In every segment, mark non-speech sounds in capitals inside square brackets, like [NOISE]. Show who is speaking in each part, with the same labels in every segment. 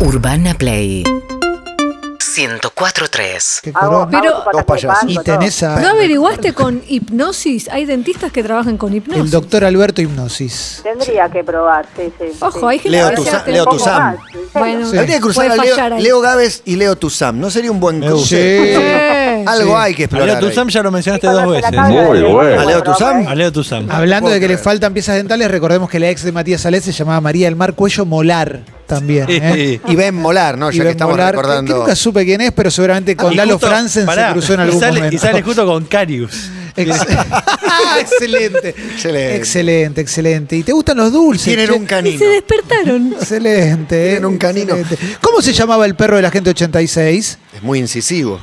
Speaker 1: Urbana Play 104.3
Speaker 2: Qué
Speaker 3: Hago-
Speaker 2: corona.
Speaker 4: Pero-
Speaker 3: hago patas
Speaker 2: Dos payasos.
Speaker 3: de
Speaker 2: Y
Speaker 3: banco,
Speaker 2: tenés a
Speaker 4: ¿No averiguaste con hipnosis? Hay dentistas que trabajan con hipnosis.
Speaker 2: el doctor Alberto Hipnosis.
Speaker 3: todo. Tendría que probar, sí, sí. sí.
Speaker 4: Ojo, hay gente
Speaker 5: Leo
Speaker 4: que se
Speaker 5: Tuzán-
Speaker 4: hace-
Speaker 5: Leo
Speaker 3: Poco
Speaker 5: Tuzán.
Speaker 3: más, en serio.
Speaker 4: Bueno,
Speaker 2: Sí.
Speaker 5: Habría que cruzar
Speaker 4: puede
Speaker 5: a
Speaker 4: fallar
Speaker 5: Leo,
Speaker 4: ahí.
Speaker 5: Leo Gávez y Leo Tuzam. ¿No sería un buen
Speaker 2: Me
Speaker 5: cruce?
Speaker 2: gusta.
Speaker 4: Sí.
Speaker 5: Algo
Speaker 2: Sí.
Speaker 5: hay que
Speaker 6: A
Speaker 5: explorar.
Speaker 6: Leo Tuzam
Speaker 5: ahí.
Speaker 6: ya lo mencionaste
Speaker 3: Cuando
Speaker 6: dos
Speaker 3: se la
Speaker 6: veces.
Speaker 3: caga,
Speaker 7: Muy
Speaker 3: le digo,
Speaker 7: bueno.
Speaker 5: ¿A Leo
Speaker 3: otro
Speaker 5: Tuzán?
Speaker 3: hombre,
Speaker 6: A Leo Tuzam.
Speaker 2: Hablando
Speaker 5: puedo
Speaker 2: de que le
Speaker 5: creer.
Speaker 2: faltan piezas dentales, recordemos que la ex de Matías Salés se llamaba María del Mar Cuello Molar también. ¿eh?
Speaker 5: Y Ben Molar, ¿no? Ya
Speaker 2: Iván
Speaker 5: que estamos
Speaker 2: Molar, que-
Speaker 5: recordando.
Speaker 2: que nunca supe quién es, pero seguramente con
Speaker 6: Ah, Y
Speaker 2: Lalo
Speaker 6: justo-
Speaker 2: Franzen
Speaker 6: pará,
Speaker 2: se cruzó en
Speaker 6: y
Speaker 2: algún
Speaker 6: sale-
Speaker 2: momento.
Speaker 6: Y sale justo con Carius.
Speaker 2: Ex- [LAUGHS] excelente,
Speaker 5: Excelente.
Speaker 2: excelente, excelente. ¿Y te gustan los dulces?
Speaker 5: Tienen
Speaker 2: che?
Speaker 5: un
Speaker 4: Y se
Speaker 5: canino.
Speaker 4: despertaron.
Speaker 2: Excelente.
Speaker 5: Tienen
Speaker 2: eh,
Speaker 5: un canino.
Speaker 2: excelente. ¿Cómo se llamaba el perro de la gente 86?
Speaker 5: Es muy incisivo.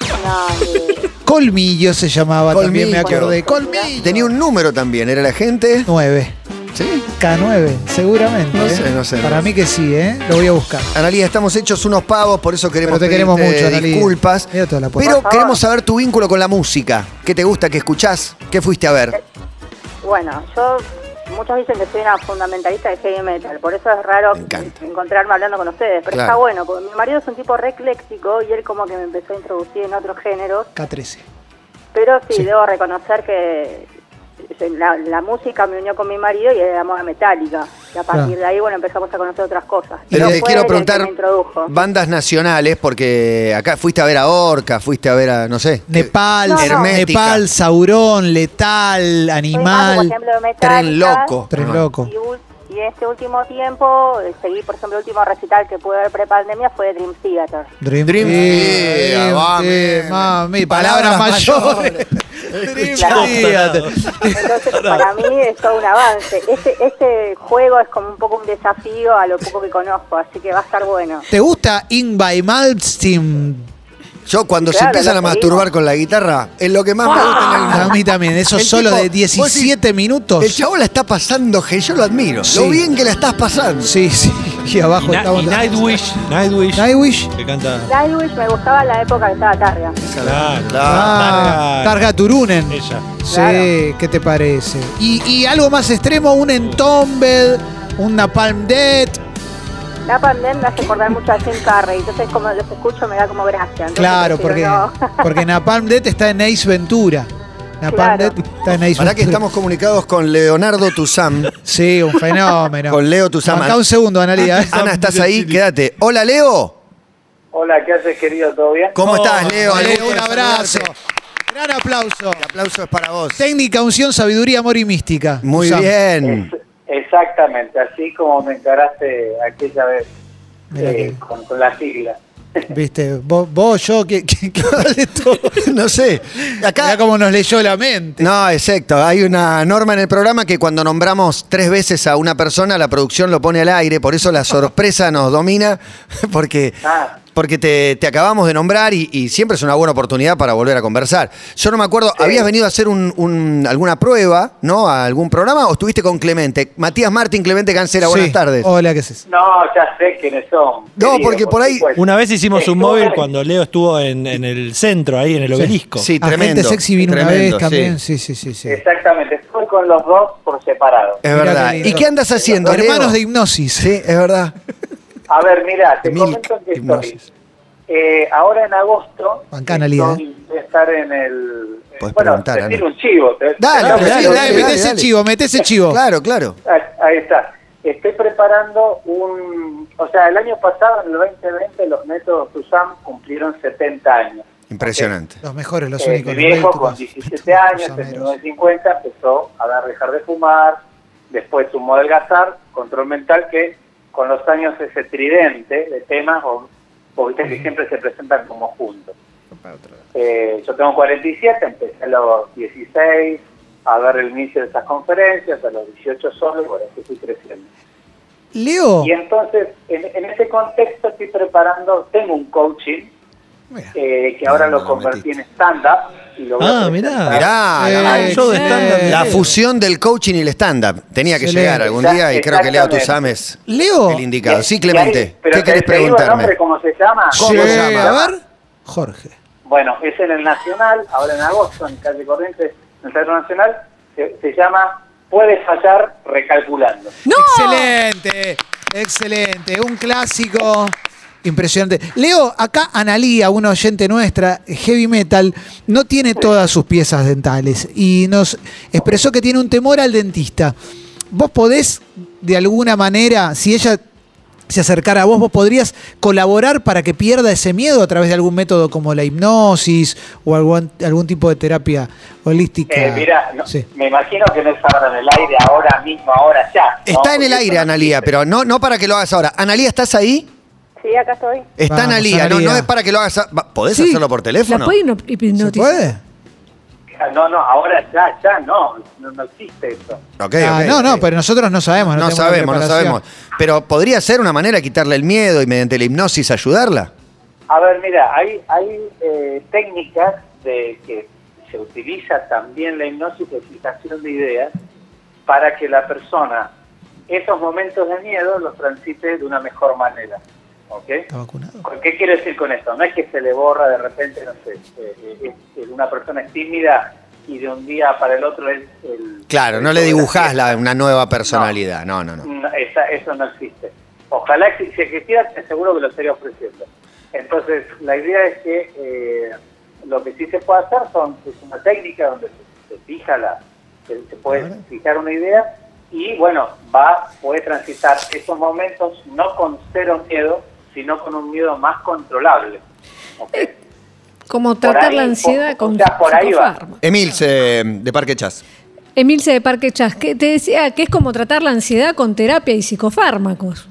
Speaker 3: eh, no, ni-
Speaker 2: Colmillo se llamaba, también me
Speaker 5: Colmillo.
Speaker 2: acordé. Colmillo.
Speaker 5: Tenía un número también. ¿Era la gente?
Speaker 2: 9.
Speaker 5: Sí.
Speaker 2: K9, seguramente.
Speaker 5: No
Speaker 2: ¿eh?
Speaker 5: sé, no sé,
Speaker 2: Para
Speaker 5: no
Speaker 2: mí que sí, ¿eh? Lo voy a buscar.
Speaker 5: Analía, estamos hechos unos pavos, por eso queremos
Speaker 2: Pero te queremos
Speaker 5: pedirte
Speaker 2: mucho, Analía.
Speaker 5: disculpas.
Speaker 2: Mira toda la puerta.
Speaker 5: Pero queremos saber tu vínculo con la música. ¿Qué te gusta? ¿Qué escuchás? ¿Qué fuiste a ver?
Speaker 3: bueno, yo. Muchos dicen que soy una fundamentalista de heavy metal, por eso es raro
Speaker 5: Me encanta.
Speaker 3: encontrarme hablando con ustedes, pero
Speaker 5: Claro.
Speaker 3: está bueno, porque mi marido es un tipo re ecléctico y él como que me empezó a introducir en otros géneros,
Speaker 5: Eh,
Speaker 2: K13.
Speaker 3: pero sí,
Speaker 2: Sí.
Speaker 3: debo reconocer que eh, la, la música me unió con mi marido y era la moda metálica, y a partir
Speaker 2: Claro.
Speaker 3: de ahí, bueno, empezamos a conocer otras cosas.
Speaker 5: Pero
Speaker 3: Él
Speaker 5: te
Speaker 3: fue
Speaker 5: quiero
Speaker 3: el que
Speaker 5: preguntar
Speaker 3: me introdujo.
Speaker 5: bandas nacionales, porque acá fuiste a ver a Orca, fuiste a ver a, no sé. Eh,
Speaker 2: Nepal,
Speaker 3: No, no.
Speaker 5: Hermética.
Speaker 2: Nepal, Saurón, Letal,
Speaker 3: Soy más, por
Speaker 2: Animal,
Speaker 3: ejemplo, de Metallica,
Speaker 5: Tren Loco.
Speaker 2: Tren
Speaker 5: Ah.
Speaker 2: Loco.
Speaker 3: Y, ul- y en este último tiempo, eh, seguí, por ejemplo, el último recital que pude ver pre-pandemia fue de Dream Theater.
Speaker 2: Dream,
Speaker 5: Dream
Speaker 2: Theater,
Speaker 5: Theater,
Speaker 2: Dream
Speaker 5: va,
Speaker 2: Theater,
Speaker 5: men.
Speaker 2: mami, palabras
Speaker 5: Palabras
Speaker 2: mayores.
Speaker 5: [LAUGHS]
Speaker 2: Dream Theater.
Speaker 3: Entonces, para mí es todo un avance. Este, este juego es como un poco un desafío a lo poco que conozco, así que va a estar bueno.
Speaker 2: ¿Te gusta Ingby Malmsteen?
Speaker 5: Yo cuando se
Speaker 3: Claro,
Speaker 5: empiezan
Speaker 3: lo
Speaker 5: a
Speaker 3: que Ah.
Speaker 5: masturbar con la guitarra, es lo que más me gusta en el
Speaker 2: A
Speaker 5: mundo.
Speaker 2: mí también, esos
Speaker 5: El
Speaker 2: solos
Speaker 5: tipo,
Speaker 2: de
Speaker 5: vos decís,
Speaker 2: 17 minutos.
Speaker 5: El chabón la está pasando, que yo lo admiro.
Speaker 2: Sí.
Speaker 5: Lo bien que la estás pasando.
Speaker 2: Sí, sí, [LAUGHS] y
Speaker 6: Y,
Speaker 2: abajo
Speaker 6: Na-
Speaker 2: estaba
Speaker 6: y
Speaker 2: la-
Speaker 6: Nightwish. Nightwish.
Speaker 2: Nightwish.
Speaker 6: Que canta.
Speaker 3: Nightwish me gustaba la época que estaba Targa.
Speaker 6: Claro.
Speaker 2: Ah,
Speaker 6: Targa.
Speaker 2: Targa Turunen.
Speaker 6: Ella.
Speaker 2: Sí,
Speaker 3: Claro.
Speaker 2: ¿qué te parece? Y, y algo más extremo, un Entombed, un Napalm Dead.
Speaker 3: La pandemia me hace acordar mucho a Jim Carrey, entonces como los escucho me da como gracia. Entonces,
Speaker 2: Claro, porque,
Speaker 3: prefiero no. [LAUGHS]
Speaker 2: porque Napalm Dead está en Ace Ventura. Napalm
Speaker 3: Claro.
Speaker 2: Dead está en Ace
Speaker 5: Ahora
Speaker 2: Ventura.
Speaker 5: que estamos comunicados con Leonardo
Speaker 2: [LAUGHS]
Speaker 5: Tuzán.
Speaker 2: Sí, un fenómeno.
Speaker 5: [LAUGHS] Con Leo Ah, Tuzán.
Speaker 2: Acá un segundo, Analia. ¿eh?
Speaker 5: Ana, ¿estás ahí? Quédate. Hola, Leo.
Speaker 8: Hola, ¿qué haces, querido? ¿Todo bien?
Speaker 5: ¿Cómo estás, Leo? Al gusto
Speaker 2: un
Speaker 5: de
Speaker 2: abrazo.
Speaker 5: saludarte.
Speaker 2: Gran aplauso.
Speaker 5: El aplauso es para vos.
Speaker 2: Técnica, unción, sabiduría, amor y mística.
Speaker 5: Muy
Speaker 2: Usam.
Speaker 5: bien.
Speaker 8: Este.
Speaker 5: [LAUGHS]
Speaker 8: Exactamente, así como me encaraste aquella vez
Speaker 2: Mirá
Speaker 8: eh,
Speaker 2: que-
Speaker 8: con, con la sigla.
Speaker 2: Viste, vos, vos, yo, que, que, que vale todo.
Speaker 5: No sé.
Speaker 2: Mirá
Speaker 5: Acá.
Speaker 2: cómo nos leyó la mente.
Speaker 5: No, exacto. Hay una norma en el programa que cuando nombramos tres veces a una persona, la producción lo pone al aire. Por eso la sorpresa nos domina, [LAUGHS] porque,
Speaker 8: Ah.
Speaker 5: porque te, te acabamos de nombrar y, y siempre es una buena oportunidad para volver a conversar. Yo no me acuerdo, ¿habías venido a hacer un- un- alguna prueba, ¿no? ¿A algún programa o estuviste con Clemente? Matías Martín, Clemente Cancera, buenas
Speaker 2: Sí.
Speaker 5: tardes.
Speaker 2: Hola, ¿qué haces?
Speaker 8: No, ya sé quiénes son.
Speaker 5: No, porque por ahí-
Speaker 8: supuesto.
Speaker 6: Una vez hicimos
Speaker 8: Sí,
Speaker 6: un
Speaker 8: una
Speaker 6: móvil
Speaker 8: vez.
Speaker 6: cuando Leo estuvo en, en el centro, ahí en el obelisco.
Speaker 5: Sí, tremendo.
Speaker 2: Agente Sexy vino una
Speaker 5: tremendo,
Speaker 2: vez también.
Speaker 5: sí. Eh,
Speaker 2: Sí, sí, sí. sí.
Speaker 8: Exactamente, estoy con los dos por separado.
Speaker 5: Es
Speaker 2: Mirá
Speaker 5: verdad.
Speaker 2: qué lindo.
Speaker 5: ¿Y qué andas haciendo?
Speaker 2: Hermanos
Speaker 5: Leo?
Speaker 2: de hipnosis.
Speaker 5: Sí, es verdad.
Speaker 8: A ver, mira, te
Speaker 5: Milk,
Speaker 8: comento que estoy.
Speaker 5: hipnosis.
Speaker 8: eh, ahora en agosto
Speaker 2: Bancana, Lía,
Speaker 8: estoy- voy a estar en el... eh,
Speaker 5: Podés
Speaker 8: bueno,
Speaker 5: preguntar,
Speaker 8: decir
Speaker 5: Ana.
Speaker 8: un chivo. te-
Speaker 5: Dale,
Speaker 2: [LAUGHS]
Speaker 8: te-
Speaker 2: Dale,
Speaker 5: dale,
Speaker 2: dale,
Speaker 5: dale,
Speaker 2: mete
Speaker 5: dale,
Speaker 2: ese
Speaker 5: dale.
Speaker 2: chivo, mete ese chivo.
Speaker 5: Claro, claro.
Speaker 8: Ahí, ahí está. Estoy preparando un... O sea, el año pasado, en el 2020, los métodos Susam cumplieron 70 años.
Speaker 5: Impresionante.
Speaker 2: Los mejores, los
Speaker 8: Eh,
Speaker 2: únicos.
Speaker 8: mi
Speaker 2: los
Speaker 8: viejo con
Speaker 2: auténticos.
Speaker 8: 17 años, eh, en
Speaker 2: Llameros.
Speaker 8: 1950, empezó a dar- dejar de fumar, después sumó adelgazar, control mental, que con los años ese tridente de temas, o, o viste que siempre se presentan como juntos. Eh, yo tengo 47, empecé a los 16 a ver el inicio de esas conferencias, a los 18 solo, y por eso fui creciendo.
Speaker 2: Leo.
Speaker 8: Y entonces, en, en ese contexto estoy preparando, tengo un coaching,
Speaker 2: Mira.
Speaker 8: eh, que ahora
Speaker 5: No,
Speaker 8: lo
Speaker 5: no
Speaker 8: convertí en stand-up. y lo voy a
Speaker 6: Ah, mirá.
Speaker 8: presentar.
Speaker 5: Mirá,
Speaker 2: Eh,
Speaker 5: la-
Speaker 6: Ah, show de stand-up de
Speaker 5: La
Speaker 6: Leo.
Speaker 5: fusión del coaching y el stand-up. Tenía que
Speaker 2: Excelente.
Speaker 5: llegar algún día y creo que Leo
Speaker 8: Exactamente.
Speaker 5: Tuzam es
Speaker 2: Leo.
Speaker 5: el indicado. Sí, Clemente,
Speaker 8: ahí- pero
Speaker 5: ¿qué
Speaker 8: te-
Speaker 5: querés
Speaker 8: te digo el
Speaker 5: preguntarme?
Speaker 8: nombre, ¿Cómo se llama?
Speaker 5: ¿Cómo
Speaker 2: Sí,
Speaker 5: se llama?
Speaker 2: A ver. Jorge.
Speaker 8: Bueno, es en el Nacional, ahora en agosto, en calle Corrientes, en el Teatro Nacional, se, se llama Puede fallar recalculando. Eh,
Speaker 2: Excelente. Excelente, un clásico impresionante. Leo, acá Analía, una oyente nuestra, heavy metal, no tiene todas sus piezas dentales y nos expresó que tiene un temor al dentista. ¿Vos podés, de alguna manera, si ella se acercara a vos, vos podrías colaborar para que pierda ese miedo a través de algún método como la hipnosis o algún, algún tipo de terapia holística?
Speaker 8: Eh, mira, no-
Speaker 2: Sí.
Speaker 8: me imagino que no es ahora en el aire, ahora mismo, ahora ya. ¿no?
Speaker 5: Está en el
Speaker 8: Porque
Speaker 5: aire,
Speaker 8: eso no
Speaker 5: Analía,
Speaker 8: existe.
Speaker 5: pero no, no para que lo hagas ahora. Analía, ¿estás ahí?
Speaker 3: Sí, acá estoy.
Speaker 5: Está
Speaker 2: Vamos,
Speaker 5: Analía, no,
Speaker 2: Analía.
Speaker 5: no es para que lo hagas. a- Va, ¿Podés
Speaker 4: Sí.
Speaker 5: hacerlo por teléfono?
Speaker 4: ¿La puede hipno-
Speaker 2: ¿Se
Speaker 4: hipnotizar?
Speaker 2: puede?
Speaker 8: No, no, ahora ya, ya no, no, no existe eso.
Speaker 5: Ok,
Speaker 2: Ah,
Speaker 5: ok,
Speaker 2: no, no,
Speaker 5: ok.
Speaker 2: pero nosotros no sabemos.
Speaker 5: No
Speaker 2: tenemos la
Speaker 5: sabemos, no
Speaker 2: preparación.
Speaker 5: sabemos. Pero podría ser una manera de quitarle el miedo y mediante la hipnosis ayudarla.
Speaker 8: A ver, mira, hay, hay eh, técnicas de que se utiliza también la hipnosis de fijación de ideas para que la persona esos momentos de miedo los transite de una mejor manera. ¿Ok?
Speaker 2: ¿Está vacunado?
Speaker 8: ¿Con ¿Qué quiero decir con esto? No es que se le borra de repente, no sé, eh, eh, eh, una persona es tímida y de un día para el otro es el...
Speaker 5: Claro, no le dibujás la- una nueva personalidad. No, no, no.
Speaker 8: No, esa- eso no existe. Ojalá que si existiera, te seguro que lo estaría ofreciendo. Entonces, la idea es que eh, lo que sí se puede hacer son, es una técnica donde se, se fija la, se, se puede fijar una idea y bueno, va, puede transitar esos momentos no con cero miedo, sino con un miedo más controlable. ¿ok?
Speaker 4: Como
Speaker 8: Por
Speaker 4: tratar
Speaker 8: ahí,
Speaker 4: la ansiedad
Speaker 8: o-
Speaker 4: con
Speaker 8: o sea, por ahí va.
Speaker 4: psicofármacos.
Speaker 5: Emilce, de Parque Chas.
Speaker 4: Emilce de Parque Chas, que te decía que es como tratar la ansiedad con terapia y psicofármacos.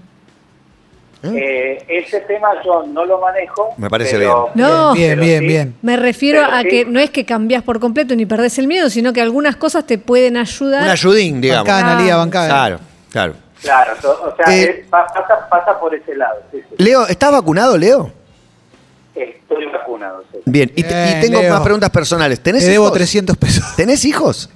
Speaker 8: Eh, ese tema yo no lo manejo.
Speaker 5: Me parece
Speaker 8: pero-
Speaker 5: bien.
Speaker 4: No,
Speaker 2: Bien,
Speaker 8: Pero
Speaker 2: bien,
Speaker 8: sí.
Speaker 2: bien.
Speaker 4: me refiero
Speaker 8: Pero
Speaker 4: a
Speaker 8: sí.
Speaker 4: que no es que cambias por completo ni perdés el miedo, sino que algunas cosas te pueden ayudar.
Speaker 5: Un ayudín, digamos.
Speaker 2: Bancada, Analía, bancada.
Speaker 5: Claro, claro.
Speaker 8: Claro, o o sea,
Speaker 5: Eh,
Speaker 8: es- pa- pasa, pasa por ese lado. sí, sí.
Speaker 5: Leo, ¿estás vacunado, Leo?
Speaker 8: Estoy vacunado, sí.
Speaker 5: Bien, y, te- y
Speaker 2: Bien,
Speaker 5: tengo
Speaker 2: Leo.
Speaker 5: más preguntas personales.
Speaker 2: Te
Speaker 5: ¿Tenés
Speaker 2: debo
Speaker 5: hijos?
Speaker 2: 300 pesos.
Speaker 5: ¿Tenés hijos?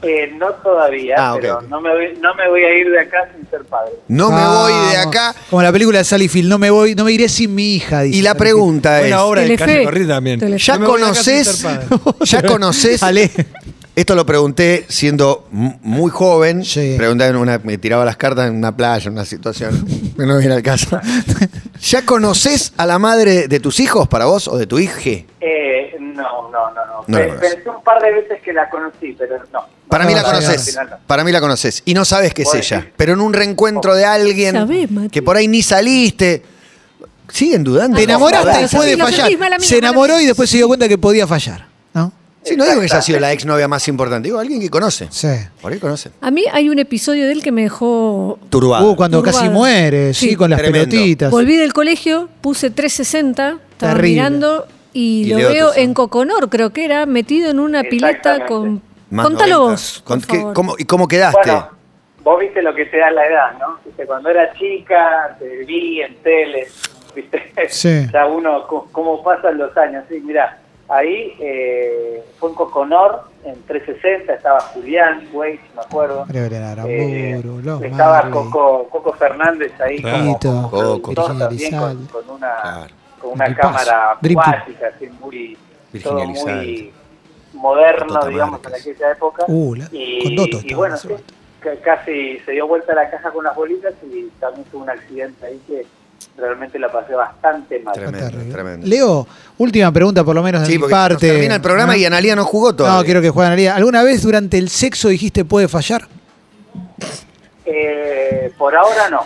Speaker 8: Eh, no todavía,
Speaker 5: Ah, ok,
Speaker 8: pero
Speaker 5: ok.
Speaker 8: No, me voy, no me voy a ir de acá sin ser padre.
Speaker 5: No me voy de
Speaker 2: Vamos.
Speaker 5: acá.
Speaker 2: Como la película de Sally Field, no me voy, no me iré sin mi hija. dice
Speaker 5: Y la
Speaker 2: Sally
Speaker 5: pregunta es,
Speaker 6: Buena obra de
Speaker 4: Telefe.
Speaker 6: calle corrida también.
Speaker 4: Telefe.
Speaker 5: ¿ya
Speaker 6: Yo me voy de acá sin
Speaker 5: conoces?
Speaker 6: ser padre.
Speaker 5: ¿Ya conoces?
Speaker 2: Ale.
Speaker 5: Esto lo pregunté siendo m- muy joven.
Speaker 2: Sí.
Speaker 5: Preguntaba en una, me tiraba las cartas en una playa, en una situación que no viene
Speaker 2: [LAUGHS]
Speaker 5: al caso. Ah, ¿Ya conoces a la madre de tus hijos para vos o de tu hija?
Speaker 8: Eh, no, no, no, no.
Speaker 5: No
Speaker 8: Pe-
Speaker 5: la conoces.
Speaker 8: Pensé un par de veces que la conocí, pero no.
Speaker 5: Para mí
Speaker 2: No,
Speaker 5: la
Speaker 2: no,
Speaker 8: Al
Speaker 5: conoces.
Speaker 8: final no.
Speaker 5: Para mí la conoces. Y no sabes que es
Speaker 8: Puede
Speaker 5: ella.
Speaker 8: ser.
Speaker 5: Pero en un reencuentro de alguien
Speaker 4: Sabés, Mati.
Speaker 5: que por ahí ni saliste. Siguen dudando.
Speaker 2: Te enamoraste
Speaker 4: Mala
Speaker 2: y después de
Speaker 4: mía,
Speaker 2: fallar.
Speaker 4: mala mía,
Speaker 2: Se
Speaker 4: mala
Speaker 2: enamoró
Speaker 4: mía.
Speaker 2: y después se dio cuenta que podía fallar. ¿No?
Speaker 5: Sí, no digo que ella ha sido la exnovia más importante. Digo, alguien que conoce.
Speaker 2: Sí.
Speaker 5: Por ahí conoce.
Speaker 4: A mí hay un episodio de él que me dejó.
Speaker 5: Turbado.
Speaker 2: Uh, cuando
Speaker 4: Turbada.
Speaker 2: casi muere, sí,
Speaker 4: Sí.
Speaker 2: con las
Speaker 5: Tremendo.
Speaker 2: pelotitas.
Speaker 4: Volví del colegio, puse 360, estaba
Speaker 2: Terrible.
Speaker 4: mirando y,
Speaker 5: Y
Speaker 4: lo
Speaker 5: Leo
Speaker 4: veo
Speaker 5: te
Speaker 4: en Coconor, creo que era, metido en una pileta
Speaker 8: Exactamente.
Speaker 4: con.
Speaker 5: Más
Speaker 4: Contalo
Speaker 5: 90.
Speaker 4: vos.
Speaker 5: Con-
Speaker 4: por
Speaker 5: ¿qué-
Speaker 4: favor.
Speaker 5: cómo- ¿Y cómo quedaste?
Speaker 8: Bueno, vos viste lo que te da la edad, ¿no? Viste, cuando era chica, te vi en tele, ¿viste?
Speaker 2: Sí.
Speaker 8: [LAUGHS] Ya uno, co- cómo pasan los años. Sí, mirá, ahí eh, fue en Coconor, en 360, estaba Julián, Weiss, me acuerdo.
Speaker 2: Hombre, Belén Aramburu, los
Speaker 8: Eh, estaba
Speaker 2: Marley.
Speaker 8: Coco, Coco Fernández ahí como,
Speaker 2: Tito,
Speaker 8: como productor
Speaker 2: Coco,
Speaker 8: también, con,
Speaker 2: Virginalizal.
Speaker 8: con una,
Speaker 5: Claro.
Speaker 8: con una
Speaker 2: Dripazo,
Speaker 8: cámara
Speaker 2: dripi.
Speaker 8: acuática, así muy, todo muy
Speaker 5: Virginalizal.
Speaker 8: moderno,
Speaker 5: Toto
Speaker 8: digamos, en
Speaker 5: Marcas.
Speaker 8: aquella época.
Speaker 2: Uh, la-
Speaker 8: y,
Speaker 2: con Toto
Speaker 8: y
Speaker 2: estaba
Speaker 8: bueno,
Speaker 2: en ese
Speaker 8: sí,
Speaker 2: momento.
Speaker 8: ca- casi se dio vuelta la caja con las bolitas y también tuvo un accidente ahí que realmente la pasé bastante mal.
Speaker 5: Tremendo,
Speaker 2: Terrible.
Speaker 5: tremendo.
Speaker 2: Leo, última pregunta por lo menos de
Speaker 5: Sí,
Speaker 2: mi
Speaker 5: porque nos
Speaker 2: parte.
Speaker 5: termina el programa
Speaker 2: ¿no?
Speaker 5: y Analía no jugó todavía.
Speaker 2: No, quiero que jueguen Analía. ¿Alguna vez durante el sexo dijiste puede fallar?
Speaker 8: Eh, por ahora no.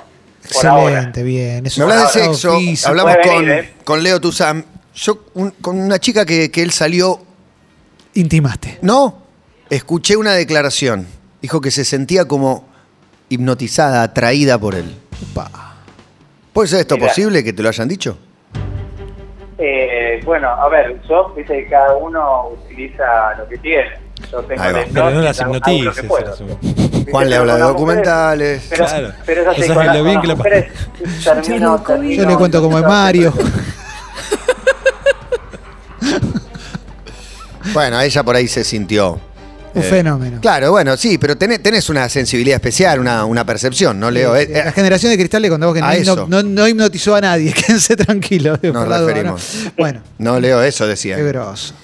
Speaker 8: Por ahora.
Speaker 2: Excelente, bien. Eso
Speaker 5: Me hablas de
Speaker 2: es un
Speaker 5: sexo,
Speaker 2: oficio.
Speaker 5: hablamos
Speaker 8: Puede
Speaker 5: con,
Speaker 8: venir, ¿eh?
Speaker 5: con Leo Tuzán. Yo un- con una chica que, que él salió,
Speaker 2: Intimaste.
Speaker 5: no, escuché una declaración. Dijo que se sentía como hipnotizada, atraída por él.
Speaker 2: Upa.
Speaker 5: ¿Puede ser esto
Speaker 8: Mirá.
Speaker 5: posible que te lo hayan dicho?
Speaker 8: Eh, bueno, a ver, yo, viste que cada uno utiliza lo que tiene. Yo tengo
Speaker 5: Ahí va.
Speaker 8: el
Speaker 6: Pero no las
Speaker 8: hipnosis, hago- hago lo que
Speaker 6: hipnotices,
Speaker 8: puedo.
Speaker 6: las hipnotices.
Speaker 8: Viste,
Speaker 5: Juan le
Speaker 8: pero
Speaker 5: habla
Speaker 8: con
Speaker 5: de
Speaker 8: las mujeres-
Speaker 5: documentales.
Speaker 8: Pero,
Speaker 6: Claro.
Speaker 8: pero eso sí,
Speaker 6: Esa es
Speaker 8: con
Speaker 6: lo
Speaker 8: las-
Speaker 6: bien
Speaker 8: con
Speaker 6: que
Speaker 8: las
Speaker 6: la-
Speaker 8: mujeres termino-
Speaker 4: Yo le
Speaker 2: Yo
Speaker 8: termino-
Speaker 2: le cuento cómo es Mario.
Speaker 5: Bueno, ella por ahí se sintió.
Speaker 2: Un fenómeno.
Speaker 5: Eh, Claro, bueno, sí, pero tenés, tenés una sensibilidad especial, una, una percepción, ¿no, Leo? Eh,
Speaker 2: La
Speaker 5: eh,
Speaker 2: generación de cristal le contamos que
Speaker 5: a eso.
Speaker 2: no, no- no [LAUGHS] hipnotizó a nadie. Quédense tranquilos. por la duda,
Speaker 5: referimos.
Speaker 2: ¿no? Bueno,
Speaker 5: no, Leo, eso decía.
Speaker 2: qué grosso.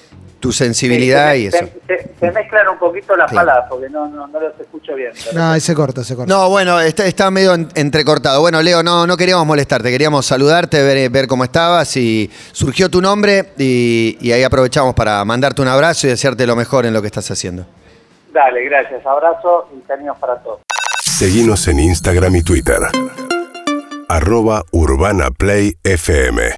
Speaker 5: tu sensibilidad
Speaker 8: Sí,
Speaker 5: y
Speaker 8: se me-
Speaker 5: eso.
Speaker 8: Se, se- se mezclan un poquito las
Speaker 5: Claro.
Speaker 8: palabras porque no, no, no los escucho bien. pero-
Speaker 2: No, ahí se corta, se corta.
Speaker 5: No, bueno, está, está medio en- entrecortado. Bueno, Leo, no, no queríamos molestarte, queríamos saludarte, ver, ver cómo estabas y surgió tu nombre y, y ahí aprovechamos para mandarte un abrazo y desearte lo mejor en lo que estás haciendo.
Speaker 8: Dale, gracias. Abrazo y cariños para todos.
Speaker 1: Seguinos en Instagram y Twitter. Arroba Urbana Play FM.